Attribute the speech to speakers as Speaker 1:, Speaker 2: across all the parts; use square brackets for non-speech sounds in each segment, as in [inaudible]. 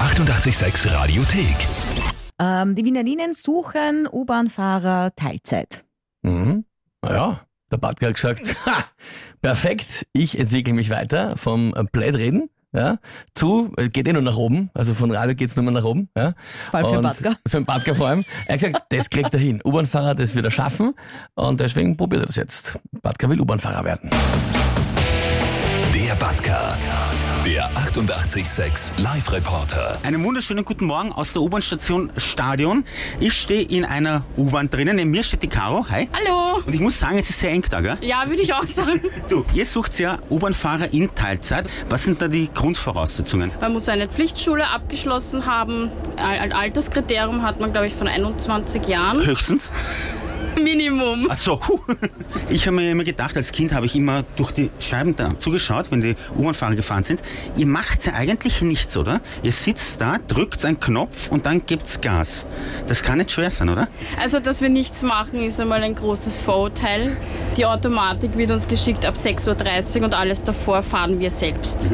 Speaker 1: 886 Radiothek.
Speaker 2: Ähm, die Wiener Linien suchen U-Bahn-Fahrer Teilzeit.
Speaker 3: Mhm. Naja, der Bartke hat gesagt, [laughs] ha, perfekt, ich entwickle mich weiter vom äh, Plätreden ja, zu, äh, geht eh nur nach oben, also von Radio geht's nur mal nach oben. Ja.
Speaker 2: Vor allem für den
Speaker 3: Und-
Speaker 2: Bartke.
Speaker 3: Für den Bartke vor allem. Er hat gesagt, das kriegt er hin. U-Bahn-Fahrer, das wird er schaffen und deswegen probiert er das jetzt. Bartke will U-Bahn-Fahrer werden.
Speaker 1: Der Batka. Der 886 Live-Reporter.
Speaker 4: Einen wunderschönen guten Morgen aus der U-Bahn-Station Stadion. Ich stehe in einer U-Bahn drinnen. Neben mir steht die Caro. Hi.
Speaker 5: Hallo.
Speaker 4: Und ich muss sagen, es ist sehr eng da, gell?
Speaker 5: Ja, würde ich auch sagen.
Speaker 4: Du, ihr sucht ja U-Bahn-Fahrer in Teilzeit. Was sind da die Grundvoraussetzungen?
Speaker 5: Man muss eine Pflichtschule abgeschlossen haben. Ein Alterskriterium hat man, glaube ich, von
Speaker 4: [laughs]
Speaker 5: 21 Jahren.
Speaker 4: Höchstens.
Speaker 5: Minimum.
Speaker 4: Ach so, huh. Ich habe mir immer gedacht, als Kind habe ich immer durch die Scheiben da zugeschaut, wenn die U-Bahn-Fahrer gefahren sind. Ihr macht ja eigentlich nichts, oder? Ihr sitzt da, drückt einen Knopf und dann gibt's Gas. Das kann nicht schwer sein, oder?
Speaker 5: Also, dass wir nichts machen, ist einmal ein großes Vorurteil. Die Automatik wird uns geschickt ab 6.30 Uhr und alles davor fahren wir selbst.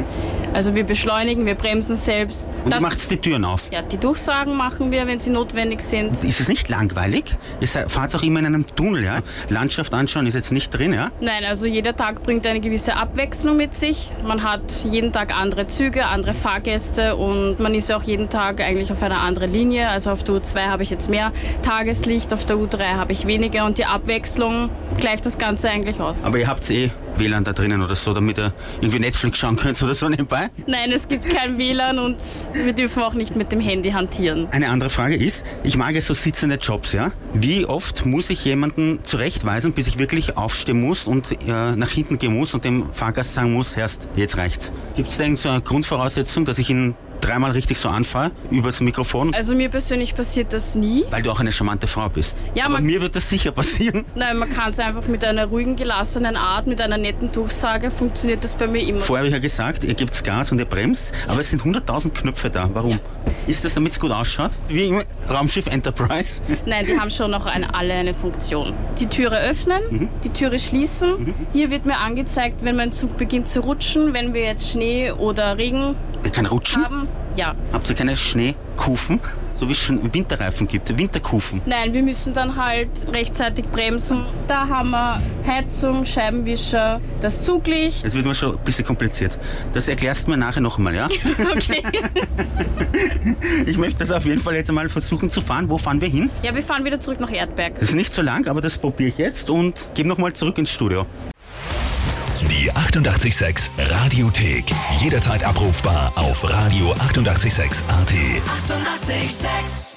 Speaker 5: Also, wir beschleunigen, wir bremsen selbst.
Speaker 4: Mhm. Und ihr macht's die Türen auf.
Speaker 5: ja, die Durchsagen machen wir, wenn sie notwendig sind.
Speaker 4: Ist es nicht langweilig? Ihr sei- fahrt auch immer in einem Tunnel, ja? Landschaft anschauen ist jetzt nicht drin, ja?
Speaker 5: Nein, also jeder Tag bringt eine gewisse Abwechslung mit sich. Man hat jeden Tag andere Züge, andere Fahrgäste und man ist ja auch jeden Tag eigentlich auf einer anderen Linie. Also auf der U2 habe ich jetzt mehr Tageslicht, auf der U3 habe ich weniger und die Abwechslung gleicht das Ganze eigentlich aus.
Speaker 4: Aber ihr habt eh WLAN da drinnen oder so, damit ihr irgendwie Netflix schauen könnt oder so nebenbei.
Speaker 5: Nein, es gibt kein WLAN und wir dürfen auch nicht mit dem Handy hantieren.
Speaker 4: Eine andere Frage ist, ich mag ja so sitzende Jobs, ja? Wie oft muss ich jemanden zurechtweisen, bis ich wirklich aufstehen muss und äh, nach hinten gehen muss und dem Fahrgast sagen muss, Herrst, jetzt reicht's. Gibt's da irgendeine so eine Grundvoraussetzung, dass ich ihn dreimal richtig so anfahre, übers Mikrofon?
Speaker 5: Also mir persönlich passiert das nie.
Speaker 4: Weil du auch eine charmante Frau bist.
Speaker 5: Ja,
Speaker 4: Aber
Speaker 5: man-
Speaker 4: mir wird das sicher passieren.
Speaker 5: Nein, man kann es einfach mit einer ruhigen, gelassenen Art, mit einer netten Durchsage funktioniert das bei mir immer.
Speaker 4: Vorher habe ich ja gesagt, ihr gebt Gas und ihr bremst, aber es sind 100.000 Knöpfe da. Warum? Ist das, damit es gut ausschaut? Wie im Raumschiff Enterprise?
Speaker 5: Nein, die haben schon noch ein, alle eine Funktion. Die Türe öffnen, die Türe schließen. Hier wird mir angezeigt, wenn mein Zug beginnt zu rutschen, wenn wir jetzt Schnee oder Regen
Speaker 4: Der kann rutschen.
Speaker 5: haben. Ja.
Speaker 4: Habt ihr keine Schneekufen? So wie es schon Winterreifen gibt, Winterkufen.
Speaker 5: Nein, wir müssen dann halt rechtzeitig bremsen. Da haben wir Heizung, Scheibenwischer, das Zuglicht. [laughs]
Speaker 4: Das wird mir schon ein bisschen kompliziert. Das erklärst du mir nachher noch einmal, ja?
Speaker 5: Okay.
Speaker 4: Ich möchte das auf jeden Fall jetzt einmal versuchen zu fahren. Wo fahren wir hin?
Speaker 5: Ja, wir fahren wieder zurück nach Erdberg.
Speaker 4: Das ist nicht so lang, aber das probiere ich jetzt und gebe nochmal zurück ins Studio.
Speaker 1: Die 886 Radiothek. Jederzeit abrufbar auf radio886.at. 886! 886.
Speaker 6: 886